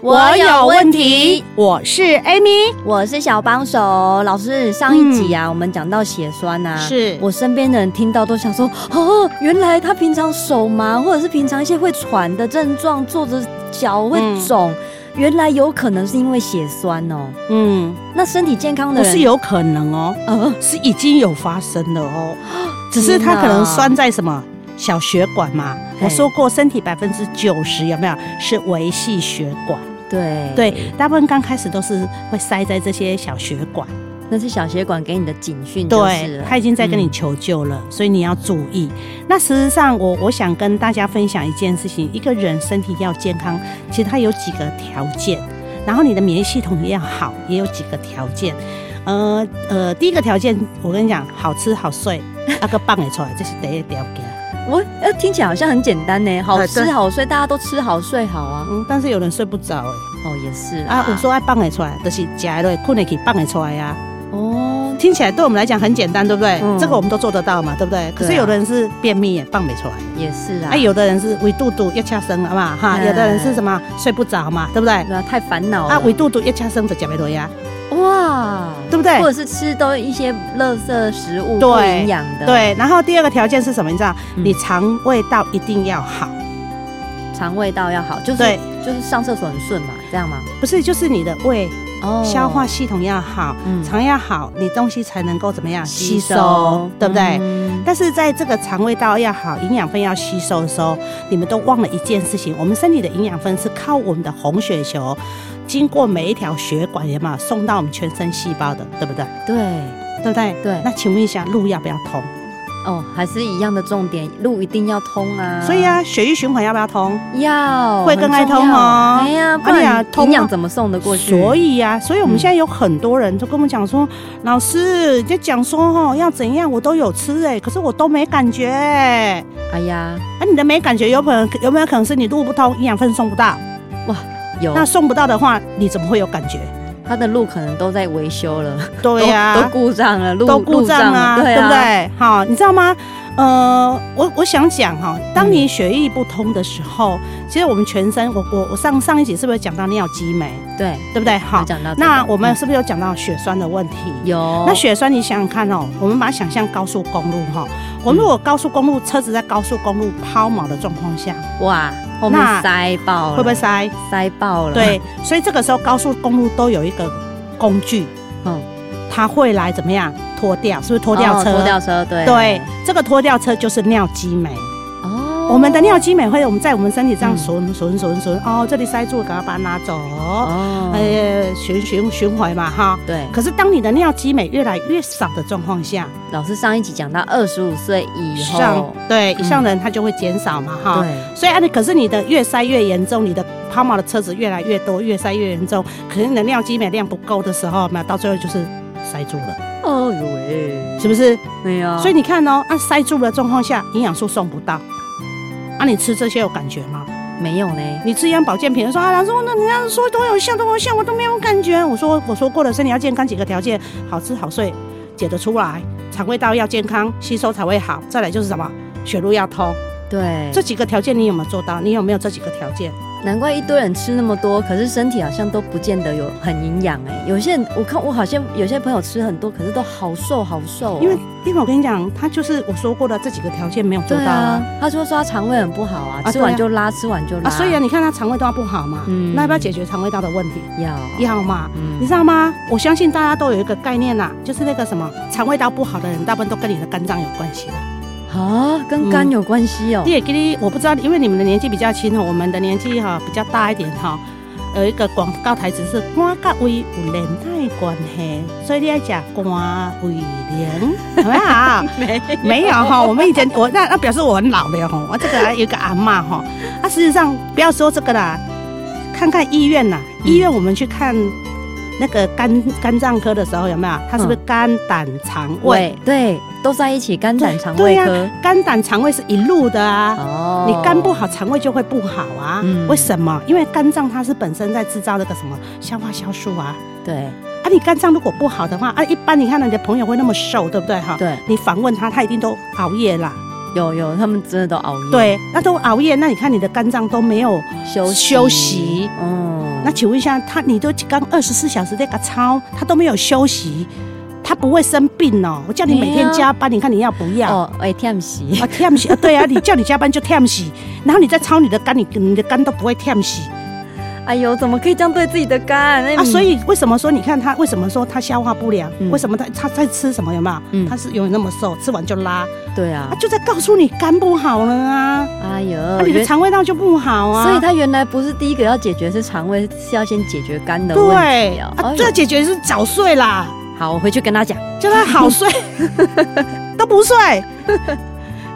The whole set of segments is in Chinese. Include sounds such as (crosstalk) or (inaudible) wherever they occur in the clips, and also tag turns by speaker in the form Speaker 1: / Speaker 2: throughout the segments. Speaker 1: 我有问题，
Speaker 2: 我是 Amy。
Speaker 1: 我是小帮手，老师上一集啊，我们讲到血栓啊，
Speaker 2: 是
Speaker 1: 我身边的人听到都想说，哦，原来他平常手麻，或者是平常一些会喘的症状，坐着脚会肿，原来有可能是因为血栓哦。
Speaker 2: 嗯，
Speaker 1: 那身体健康的
Speaker 2: 不
Speaker 1: 人
Speaker 2: 是有可能哦，
Speaker 1: 呃
Speaker 2: 是已经有发生了
Speaker 1: (gasps)
Speaker 2: 哦，只是它可能拴在什么小血管嘛。
Speaker 1: 嘿
Speaker 2: 我说过，身体百分之九十有没有是维系血管？
Speaker 1: 对，
Speaker 2: 对，大部分刚开始都是会塞在这些小血管。
Speaker 1: 那是小血管给你的警讯，就是嗯
Speaker 2: 对
Speaker 1: 了，
Speaker 2: 他已经在跟你求救了，所以你要注意。那事实上我，我想跟大家分享一件事情：一个人身体要健康，其实它有几个条件，然后你的免疫系统也要好，也有几个条件。呃呃，第一个条件，我跟你讲，好吃好睡，那个棒也出来，这是第一条件。
Speaker 1: 我呃听起来好像很简单呢，好
Speaker 2: 哎
Speaker 1: 吃
Speaker 2: 对
Speaker 1: 好睡，大家都吃好睡好啊。
Speaker 2: 嗯，但是有人睡不着哎、
Speaker 1: 哦，也是
Speaker 2: 啊，我说爱棒也出来，就是夹落困得起棒也出来呀、啊。
Speaker 1: 哦，
Speaker 2: 听起来对我们来讲很简单，对不对？
Speaker 1: 嗯
Speaker 2: 这个我们都做得到嘛，对不对？可是
Speaker 1: 对啊
Speaker 2: 有的人是便秘也棒没出来。
Speaker 1: 也是啊，
Speaker 2: 啊，有的人是胃肚肚一掐生了嘛，哈，
Speaker 1: 嗯
Speaker 2: 有的人是什么睡不着嘛，对不对？
Speaker 1: 对啊，太烦恼了
Speaker 2: 啊，胃肚肚一掐生就吃不落呀，
Speaker 1: 哇，
Speaker 2: 对不对
Speaker 1: 或？者是吃都一些垃圾食物，
Speaker 2: 哎对
Speaker 1: 不营养的，，
Speaker 2: 对，然后第二个条件是什么？你知道，
Speaker 1: 嗯
Speaker 2: 你肠胃道一定要好，
Speaker 1: 肠胃道要好，就是
Speaker 2: 对
Speaker 1: 就是上厕所很顺嘛，这样吗？
Speaker 2: 不是就是你的胃
Speaker 1: 哦
Speaker 2: 消化系统要好，
Speaker 1: 嗯
Speaker 2: 肠要好，你东西才能够怎么样吸收，对不对？
Speaker 1: 嗯
Speaker 2: 但是在这个肠胃道要好，营养分要吸收的时候，你们都忘了一件事情：我们身体的营养分是靠我们的红血球经过每一条血管，有没有送到我们全身细胞的，对不对？
Speaker 1: 对，
Speaker 2: 对不对？
Speaker 1: 对
Speaker 2: 那请问一下，路要不要通？
Speaker 1: 哦，还是一样的重点，路一定要通啊，
Speaker 2: 所以啊，血液循环要不要通？
Speaker 1: 要
Speaker 2: 会更爱
Speaker 1: 很重
Speaker 2: 通
Speaker 1: 要
Speaker 2: 哦
Speaker 1: 哎呀，不
Speaker 2: 啊你啊
Speaker 1: 然
Speaker 2: 通
Speaker 1: 营养
Speaker 2: 啊
Speaker 1: 怎么送得过去？
Speaker 2: 所以啊，所以我们
Speaker 1: 嗯
Speaker 2: 现在有很多人都跟我讲说，老师就讲说哈，要怎样我都有吃哎、可是我都没感觉哎、
Speaker 1: 哎呀，
Speaker 2: 啊，你的没感觉有可能有没有可能是你路不通，营养分送不到？
Speaker 1: 有
Speaker 2: 那送不到的话，你怎么会有感觉？
Speaker 1: 它的路可能都在维修了，
Speaker 2: 对呀、
Speaker 1: (laughs) 都都故障了，路
Speaker 2: 都故障啊，
Speaker 1: 路
Speaker 2: 对
Speaker 1: 了
Speaker 2: 不
Speaker 1: 啊？
Speaker 2: 对？好，你知道吗？呃，我我想讲哈，当你血液不通的时候，其实我们全身，我我我上上一集是不是有讲到尿激酶，
Speaker 1: 对，
Speaker 2: 对不对？
Speaker 1: 有
Speaker 2: 好，
Speaker 1: 讲到这个
Speaker 2: 那我们是不是有讲到血栓的问题？
Speaker 1: 有
Speaker 2: 那血栓，你想想看哦，我们把它想象高速公路哈、
Speaker 1: 嗯
Speaker 2: 我们如果高速公路车子在高速公路抛锚的状况下，
Speaker 1: 哇，后面
Speaker 2: 那
Speaker 1: 塞爆了，
Speaker 2: 会不会塞？
Speaker 1: 塞爆了？哦
Speaker 2: 对，所以这个时候高速公路都有一个工具，
Speaker 1: 嗯，
Speaker 2: 它会来怎么样拖掉？是不是拖掉车？
Speaker 1: 哦拖吊车，对
Speaker 2: 对，，这个脱掉车就是尿激酶。
Speaker 1: 哦，
Speaker 2: 我们的尿激酶会我们在我们身体这样
Speaker 1: 嗯
Speaker 2: 损损损损，哦，这里塞住，赶快把它拿走，
Speaker 1: 哦，
Speaker 2: 呃，循循循环嘛哈。
Speaker 1: 对，
Speaker 2: 可是当你的尿激酶越来越少的状况下，
Speaker 1: 老师上一集讲到二十五岁以
Speaker 2: 上
Speaker 1: 后，嗯
Speaker 2: 对以上的人他就会减少嘛哈。
Speaker 1: 对，
Speaker 2: 所以啊，你可是你的越塞越严重，你的抛锚的车子越来越多，越塞越严重，可是你的尿激酶量不够的时候嘛，到最后就是塞住了，
Speaker 1: 哦呦喂，
Speaker 2: 是不是？
Speaker 1: 对呀，
Speaker 2: 所以你看哦，啊塞住的状况下，营养素送不到，啊你吃这些有感觉吗？
Speaker 1: 没有呢，
Speaker 2: 你吃营养保健品说啊，老师，那人家说都有效，都有效，我都没有感觉。我说我说过了，身体要健康几个条件，好吃好睡，解得出来，肠胃道要健康，吸收才会好。再来就是什么？血路要通，
Speaker 1: 对
Speaker 2: 这，几个条件你有没有做到？你有没有这几个条件？
Speaker 1: 难怪一堆人吃那么多，可是身体好像都不见得有很营养哎。有些人我看我好像有些朋友吃很多，可是都好瘦好瘦哦，
Speaker 2: 因为因为我跟你讲，他就是我说过的这几个条件没有做
Speaker 1: 对
Speaker 2: 到
Speaker 1: 啊
Speaker 2: 啊。，
Speaker 1: 他说说他肠胃很不好啊，
Speaker 2: 啊
Speaker 1: 吃完
Speaker 2: 对啊
Speaker 1: 就拉，吃完就拉，
Speaker 2: 啊，所以啊，你看他肠胃道不好嘛，
Speaker 1: 嗯
Speaker 2: 那要不要解决肠胃道的问题？
Speaker 1: 要
Speaker 2: 要嘛，
Speaker 1: 嗯
Speaker 2: 你知道吗？我相信大家都有一个概念啦、啊就是那个什么肠胃道不好的人，大部分都跟你的肝脏有关系的。
Speaker 1: 啊，跟肝有关系哦
Speaker 2: 你，也给你，我不知道，因为你们的年纪比较轻哦哈，我们的年纪哈比较大一点哈。有一个广告台词是“肝甲胃有连带关系”，所以你要吃肝胃连， (laughs) 好不好？
Speaker 1: (laughs) 没
Speaker 2: 没有哈，我们以前我那那表示我很老了哈，我这个有一个阿嬷哈，啊，事实上不要说这个啦，看看医院呐，
Speaker 1: 嗯
Speaker 2: 医院我们去看那个肝肝脏科的时候，有没有？它是
Speaker 1: 嗯
Speaker 2: 不是肝、胆、肠、胃？
Speaker 1: 对，都在一起，肝胆肠
Speaker 2: 对
Speaker 1: 胃
Speaker 2: 呀
Speaker 1: 科。
Speaker 2: 肝、胆、肠胃是一路的啊。
Speaker 1: 哦
Speaker 2: 你肝不好，肠胃就会不好啊。
Speaker 1: 嗯
Speaker 2: 为什么？因为肝脏它是本身在制造那个什么消化酵素啊。
Speaker 1: 对
Speaker 2: 啊，你肝脏如果不好的话，啊，一般你看你的朋友会那么瘦，对不对哈？。
Speaker 1: 对，嗯
Speaker 2: 你访问他，他一定都熬夜啦。
Speaker 1: 有有，他们真的都熬夜，，
Speaker 2: 对，那都熬夜，那你看你的肝脏都没有
Speaker 1: 休息
Speaker 2: 休息。
Speaker 1: 嗯，
Speaker 2: 那请问一下，他你都刚二十四小时在个操，他都没有休息，他不会生病哦。我叫你每天加班，你看你要不要？
Speaker 1: 哦，哎，跳息，
Speaker 2: 啊，跳死啊！对啊，你叫你加班就跳死，然后你再操你的肝，你你的肝都不会跳死
Speaker 1: (laughs) 哎呦，怎么可以这样对自己的肝？哎
Speaker 2: 啊！所，以为什么说你看他为什么说他消化不良？
Speaker 1: 嗯
Speaker 2: 为什么他他在吃什么有没有？
Speaker 1: 嗯
Speaker 2: 他是永远那么瘦，吃完就拉，
Speaker 1: 对啊
Speaker 2: 啊，，就在告诉你肝不好了啊，
Speaker 1: 哎呦，
Speaker 2: 啊你的
Speaker 1: 原
Speaker 2: 肠胃道就不好啊。
Speaker 1: 所以他原来不是第一个要解决是肠胃，是要先解决肝的问
Speaker 2: 对
Speaker 1: 题哦。
Speaker 2: 啊
Speaker 1: 哎，呦
Speaker 2: 这个解决是早睡
Speaker 1: (laughs)
Speaker 2: 啦。
Speaker 1: 好，我回去跟他讲。
Speaker 2: 叫他好睡，都不睡，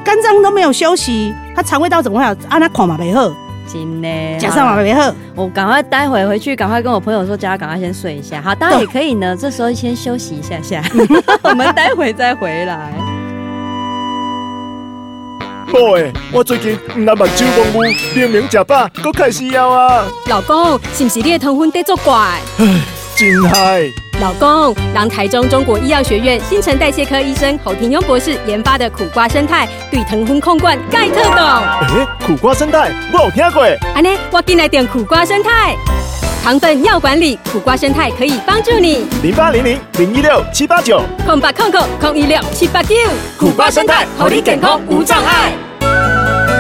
Speaker 2: 肝脏都没有休息，他肠胃道怎么会好？啊，他看嘛没喝，
Speaker 1: 真的，
Speaker 2: 假上嘛没喝，
Speaker 1: 我赶快待会回去，赶快跟我朋友说，叫他赶快先睡一下。好，大家也可以呢，这时候先休息一下 (laughs) 下，我们待会再回来。
Speaker 3: 某诶，我最近唔但目睭蒙雾，明明食饱，搁开始枵啊，
Speaker 4: 老公，是不是你的糖分在作怪？
Speaker 3: 真嗨！
Speaker 4: 老公，让台中中国医药学院新陈代谢科医生侯廷庸博士研发的苦瓜生态对糖分控管盖特懂。
Speaker 3: 诶、苦瓜生态我有听过，
Speaker 4: 安呢，我进来点苦瓜生态，糖分要管理，苦瓜生态可以帮助你。
Speaker 3: 零八零零零一六七八九，
Speaker 4: 空八空空空一六七八九，
Speaker 3: 苦瓜生态让你健康无障
Speaker 4: 碍。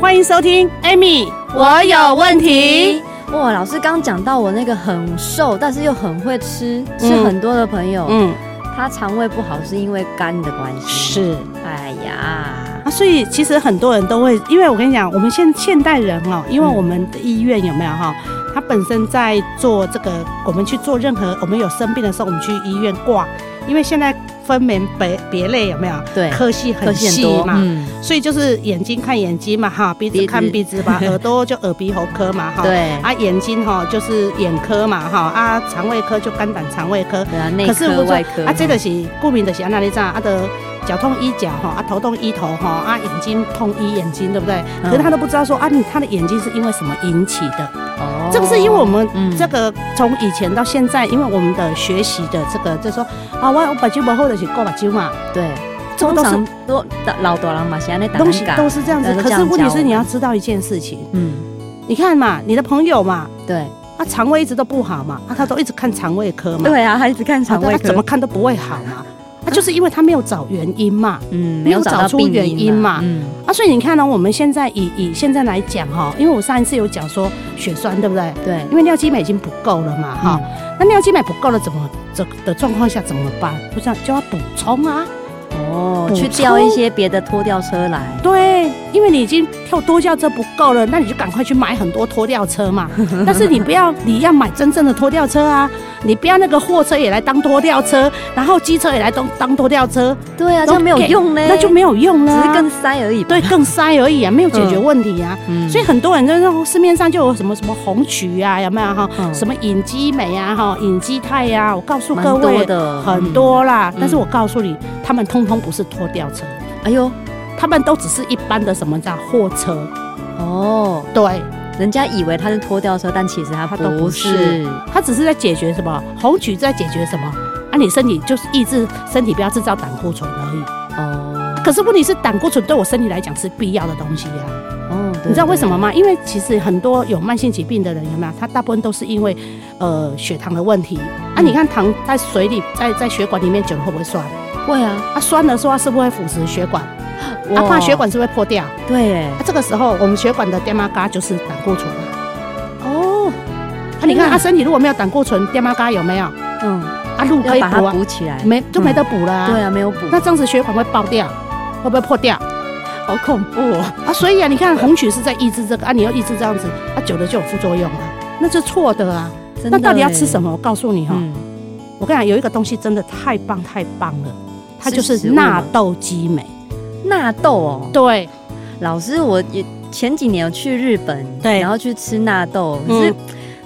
Speaker 2: 欢迎收听 Amy，我有问题。
Speaker 1: 哇，老师刚讲到我那个很瘦，但是又很会吃，吃
Speaker 2: 嗯
Speaker 1: 很多的朋友，
Speaker 2: 嗯，
Speaker 1: 他肠胃不好是因为肝的关系。
Speaker 2: 是
Speaker 1: 哎呀，
Speaker 2: 啊，所以其实很多人都会，因为我跟你讲，我们现现代人哦，
Speaker 1: 嗯
Speaker 2: 因为我们的医院有没有哈？他本身在做这个，我们去做任何我们有生病的时候，我们去医院挂，因为现在分门别别类有没有？
Speaker 1: 对
Speaker 2: 科系
Speaker 1: 科
Speaker 2: 很
Speaker 1: 技很
Speaker 2: 细
Speaker 1: 多
Speaker 2: 嘛，
Speaker 1: 嗯，
Speaker 2: 所以就是眼睛看眼睛嘛，哈，鼻
Speaker 1: 鼻
Speaker 2: 子
Speaker 1: 子
Speaker 2: 看鼻子
Speaker 1: (laughs)
Speaker 2: 嘛，耳朵就耳鼻喉科嘛，哈，
Speaker 1: 对
Speaker 2: 啊，眼睛哈就是眼科嘛，哈，啊，肠胃科就肝胆肠胃科，
Speaker 1: 对啊，内
Speaker 2: 可是
Speaker 1: 科
Speaker 2: 我
Speaker 1: 外科嗯
Speaker 2: 啊，这个是顾名的是安那里咋，啊的脚痛医脚哈，啊头痛医头哈，啊眼睛痛医眼睛，对不对？
Speaker 1: 嗯
Speaker 2: 可是他都不知道说啊，你他的眼睛是因为什么引起的？
Speaker 1: 哦
Speaker 2: 这个是因为我们
Speaker 1: 嗯
Speaker 2: 这个从以前到现在，因为我们的学习的这个，就说啊，我我把酒不后的是过把酒嘛，
Speaker 1: 对，
Speaker 2: 这个
Speaker 1: 通
Speaker 2: 都是
Speaker 1: 常都老多人嘛，现在打
Speaker 2: 东西
Speaker 1: 篮
Speaker 2: 都是这样子
Speaker 1: 大。家都
Speaker 2: 可
Speaker 1: 这
Speaker 2: 是
Speaker 1: 样
Speaker 2: 问题
Speaker 1: 教
Speaker 2: 是
Speaker 1: 我
Speaker 2: 你
Speaker 1: 们
Speaker 2: 要知道一件事情，
Speaker 1: 嗯，
Speaker 2: 你看嘛，你的朋友嘛，
Speaker 1: 对
Speaker 2: 啊，肠胃一直都不好嘛，啊，他都一直看肠胃科嘛，
Speaker 1: 对啊，他一直看肠
Speaker 2: 啊
Speaker 1: 胃
Speaker 2: 他
Speaker 1: 科，
Speaker 2: 怎么看都不会好嘛，啊，就是因为他没有找原因嘛，
Speaker 1: 嗯
Speaker 2: 没有找出原因嘛
Speaker 1: 嗯，
Speaker 2: 啊，所以你看呢，我们现在以以现在来讲哈，因为我上一次有讲说血栓对不对？
Speaker 1: 嗯对
Speaker 2: 因为尿基酶已经不够了嘛哈，那尿基酶不够了怎么怎的状况下怎么办？不知道就要补充啊，
Speaker 1: 哦，
Speaker 2: 补
Speaker 1: 去
Speaker 2: 充
Speaker 1: 调一些别的拖吊车来，
Speaker 2: 对，因为你已经跳多吊车不够了，那你就赶快去买很多拖吊车嘛。但是你不要，你要买真正的拖吊车啊，你不要那个货车也来当拖吊车，然后机车也来当当拖吊车，
Speaker 1: 对啊，这样没有用呢，
Speaker 2: 那就没有用了
Speaker 1: 只
Speaker 2: 啊、
Speaker 1: 是更塞而已吧，
Speaker 2: 对更塞而已啊，没有解决问题啊。
Speaker 1: 嗯，
Speaker 2: 所以很多人就是说市面上就有什么什么红曲啊，有没有哈？
Speaker 1: 嗯
Speaker 2: 什么隐基酶啊，哈，隐基肽啊，我告诉
Speaker 1: 蛮
Speaker 2: 各
Speaker 1: 多
Speaker 2: 位
Speaker 1: 的，
Speaker 2: 很
Speaker 1: 嗯，
Speaker 2: 多啦。
Speaker 1: 嗯
Speaker 2: 但是我告诉你，他们通通不是拖吊车，
Speaker 1: 哎呦，
Speaker 2: 他们都只是一般的什么叫货车。
Speaker 1: 哦，
Speaker 2: 对，
Speaker 1: 人家以为他是拖吊车，但其实他
Speaker 2: 它都
Speaker 1: 不
Speaker 2: 不
Speaker 1: 是
Speaker 2: 是，它只是在解决什么？红曲在解决什么？啊，你身体就是抑制身体不要制造胆固醇而已。
Speaker 1: 哦，
Speaker 2: 可是问题是，胆固醇对我身体来讲是必要的东西呀、
Speaker 1: 哦，对
Speaker 2: 你知道为什么？吗？因为其实很多有慢性疾病的人，有没有？他大部分都是因为呃血糖的问题。啊，
Speaker 1: 嗯
Speaker 2: 你看糖在水里，在在血管里面久了会不会酸？
Speaker 1: 对会啊，
Speaker 2: 啊，酸了的话是不是会腐蚀血管？啊，
Speaker 1: 哇
Speaker 2: 怕血管是不是会破掉？啊，
Speaker 1: 对耶，
Speaker 2: 这个时候我们血管的爹妈嘎就是胆固醇了。
Speaker 1: 哦，
Speaker 2: 啊，你
Speaker 1: 天
Speaker 2: 看
Speaker 1: 哪
Speaker 2: 他身体如果没有胆固醇，爹妈嘎有没有？啊，
Speaker 1: 嗯，
Speaker 2: 路可
Speaker 1: 要
Speaker 2: 以
Speaker 1: 把
Speaker 2: 补
Speaker 1: 它
Speaker 2: 啊，
Speaker 1: 补起来，
Speaker 2: 没就没得补了、啊
Speaker 1: 对啊，没有补，
Speaker 2: 那这样子血管会爆掉，会不会破掉？
Speaker 1: 好恐怖哦，
Speaker 2: 啊，所以啊，你看红曲是在抑制这个啊，你要抑制这样子，啊，久了就有副作用啊，那是错的啊。
Speaker 1: 真的
Speaker 2: 那到底要吃
Speaker 1: 耶
Speaker 2: 什？么？我告诉你哈、
Speaker 1: 嗯。
Speaker 2: 我跟你讲，有一个东西真的太棒太棒了，它就是是
Speaker 1: 食物吗
Speaker 2: 纳豆激酶。
Speaker 1: 纳豆哦，
Speaker 2: 对，
Speaker 1: 老师，我也前几年有去日本，
Speaker 2: 对
Speaker 1: 然后去吃纳豆，
Speaker 2: 嗯
Speaker 1: 可是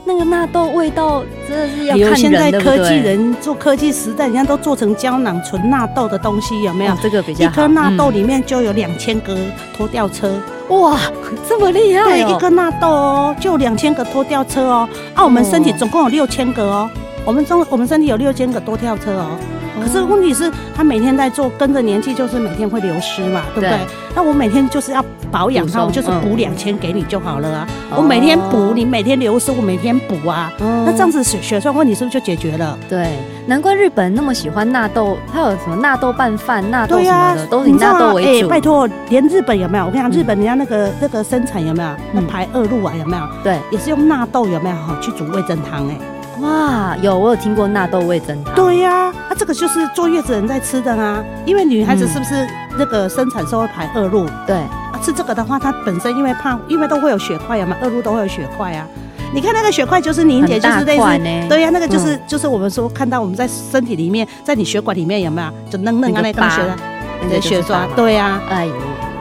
Speaker 1: 那个纳豆味道真的是要
Speaker 2: 有
Speaker 1: 看
Speaker 2: 现在
Speaker 1: 人，对不
Speaker 2: 科技
Speaker 1: 对？
Speaker 2: 人做科技时代，人家都做成胶囊纯纳豆的东西，有没有
Speaker 1: 哦？这个比
Speaker 2: 一
Speaker 1: 较好
Speaker 2: 颗纳豆里面就有两千个拖吊车，
Speaker 1: 嗯哇，这么厉害
Speaker 2: 对，一
Speaker 1: 哦！
Speaker 2: 个纳豆哦，就两千个拖吊车哦。啊，我们身体
Speaker 1: 哦
Speaker 2: 总共有六千个哦，我们中我们身体有六千个拖吊车哦。可是问题是，他每天在做，跟着年纪就是每天会流失嘛，对不对
Speaker 1: 对？
Speaker 2: 那我每天就是要保养
Speaker 1: 补
Speaker 2: 它，
Speaker 1: 充
Speaker 2: 我就是补
Speaker 1: 嗯
Speaker 2: 两千给你就好了啊。
Speaker 1: 哦
Speaker 2: 我每天补，你每天流失，我每天补啊。
Speaker 1: 哦
Speaker 2: 那这样子血血栓问题是不是就解决了？
Speaker 1: 对，难怪日本人那么喜欢纳豆，它有什么纳豆拌饭、纳豆
Speaker 2: 对
Speaker 1: 什
Speaker 2: 呀
Speaker 1: 么的，，都是以
Speaker 2: 你知道
Speaker 1: 纳
Speaker 2: 啊
Speaker 1: 豆为主。
Speaker 2: 拜托，连日本有没有？我跟你讲，
Speaker 1: 嗯
Speaker 2: 日本人家那个那个生产有没有？那排二路啊有没有？
Speaker 1: 对，啊
Speaker 2: 也是用纳豆有没有哈去煮味噌汤哎？
Speaker 1: 哇，有我有听过纳豆味噌汤。
Speaker 2: 对呀，啊这个就是坐月子人在吃的啊，因为女孩子是不是那个生产时候会排二路？
Speaker 1: 对，
Speaker 2: 啊，吃这个的话，它本身因为怕，因为都会有血块有没有？二路都会有血块啊。你看那个血块就是凝结，
Speaker 1: 很
Speaker 2: 就
Speaker 1: 大
Speaker 2: 是类
Speaker 1: 块
Speaker 2: 似
Speaker 1: 呢，嗯
Speaker 2: 对啊呀、那个就是、就是我们说看到我们在身体里面，在你血管里面有没有就嫩嫩啊那
Speaker 1: 那个
Speaker 2: 个
Speaker 1: 疤
Speaker 2: 血的
Speaker 1: 那
Speaker 2: 你
Speaker 1: 个
Speaker 2: 的
Speaker 1: 就是
Speaker 2: 血
Speaker 1: 大
Speaker 2: 栓
Speaker 1: 麻，
Speaker 2: 对呀、
Speaker 1: 哎呦，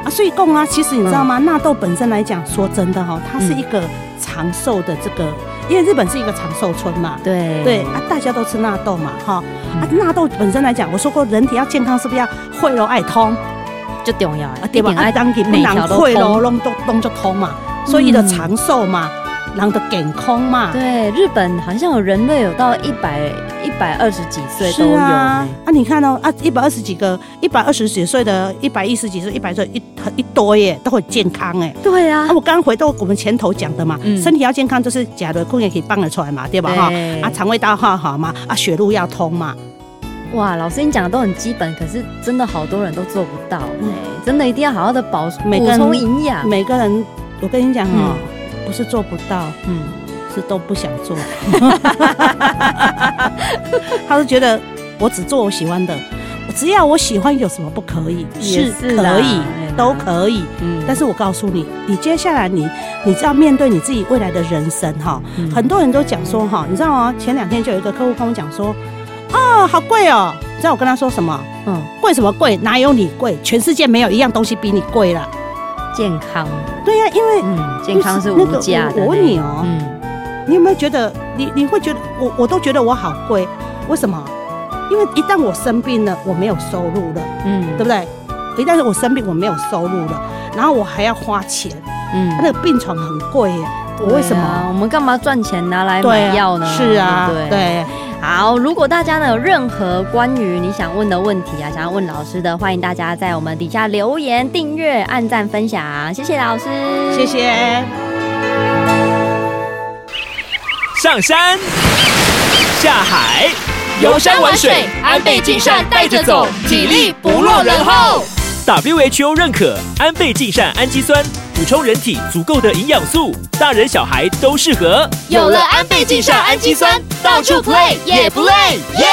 Speaker 2: 啊，所以供啊，其实你知道
Speaker 1: 嗯
Speaker 2: 吗？纳豆本身来讲，说真的哈、它是一个长寿的这个，因为日本是一个长寿村嘛，
Speaker 1: 对嗯
Speaker 2: 对啊，大家都吃纳豆嘛，哈、啊，纳豆本身来讲，我说过人体要健康是不是要汇柔爱通啊？
Speaker 1: 就重要，
Speaker 2: 对吧？啊，
Speaker 1: 爱
Speaker 2: 当然不
Speaker 1: 每条
Speaker 2: 能
Speaker 1: 都
Speaker 2: 汇柔
Speaker 1: 通
Speaker 2: 拢都拢就通嘛，所以伊就长寿嘛，人的健康嘛。
Speaker 1: 对，日本好像有人类有到一百一百二十几岁
Speaker 2: 是
Speaker 1: 都有
Speaker 2: 啊
Speaker 1: 呢，，
Speaker 2: 啊，你看哦，啊，一百二十几个，一百二十几岁的，一百一十几岁，一百岁一一堆耶，都很健康哎。
Speaker 1: 对啊
Speaker 2: 啊，，我刚刚回到我们前头讲的嘛，
Speaker 1: 嗯
Speaker 2: 身体要健康就是甲的空也可以放得出来嘛，对吧哈？
Speaker 1: 对
Speaker 2: 啊，肠胃道好好嘛，啊，血路要通嘛，
Speaker 1: 哇，老师你讲的都很基本，可是真的好多人都做不到呢，真的一定要好好的保
Speaker 2: 每个
Speaker 1: 补
Speaker 2: 人
Speaker 1: 充营养，
Speaker 2: 每个人，我跟你讲哦，不是做不到，
Speaker 1: 嗯，
Speaker 2: 是都不想
Speaker 1: (laughs)
Speaker 2: 做。他是觉得我只做我喜欢的，只要我喜欢有什么不可以？
Speaker 1: 也是啦
Speaker 2: 可以
Speaker 1: 哎呀，
Speaker 2: 都可以。
Speaker 1: 嗯
Speaker 2: 但是我告诉你，你接下来你你只要面对你自己未来的人生哈。
Speaker 1: 嗯
Speaker 2: 很多人都讲说哈，你知道吗？前两天就有一个客户跟我讲说，啊、好贵哦。你知道我跟他说什么？
Speaker 1: 嗯
Speaker 2: 贵什么贵？哪有你贵？全世界没有一样东西比你贵啦。
Speaker 1: 健康，
Speaker 2: 对呀、因为
Speaker 1: 嗯，健康是无价
Speaker 2: 那个我
Speaker 1: 的呢。
Speaker 2: 我问你哦
Speaker 1: 嗯，
Speaker 2: 你有没有觉得你你会觉得我我都觉得我好贵？为什么？因为一旦我生病了，我没有收入了，
Speaker 1: 嗯
Speaker 2: 对不对？一旦我生病，我没有收入了，然后我还要花钱，
Speaker 1: 嗯
Speaker 2: 那个病床很贵耶，我为什
Speaker 1: 对啊
Speaker 2: 么？
Speaker 1: 我们干嘛赚钱拿来
Speaker 2: 对
Speaker 1: 买
Speaker 2: 啊
Speaker 1: 药呢？
Speaker 2: 是啊
Speaker 1: 对不，对。
Speaker 2: 对，
Speaker 1: 好，如果大家呢有任何关于你想问的问题啊，想要问老师的，欢迎大家在我们底下留言、订阅、按赞、分享，谢谢老师，
Speaker 2: 谢谢。
Speaker 5: 上山，下海，游山玩水，
Speaker 4: 安倍晋善带着走，体力不落人后。
Speaker 5: WHO 认可安倍晋善氨基酸，补充人体足够的营养素，大人小孩都适合。
Speaker 4: 有了安倍晋善氨基酸，到处 play 也不累，耶！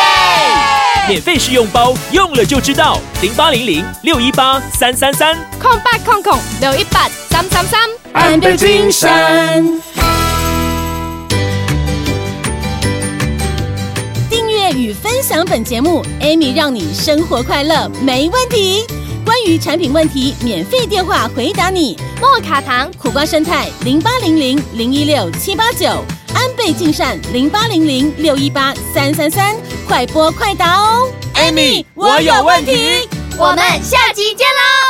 Speaker 5: 免费试用包，用了就知道。零八零零六一八三三三。
Speaker 4: 空八空空六一八三三三。
Speaker 3: 安倍晋三。
Speaker 6: 订阅与分享本节目，Amy 让你生活快乐没问题。关于产品问题，免费电话回答你。
Speaker 4: 莫卡糖
Speaker 6: 苦瓜生态零八零零零一六七八九，安倍晋善零八零零六一八三三三，快播快答哦。Amy，我有问题。
Speaker 4: 我们下集见喽！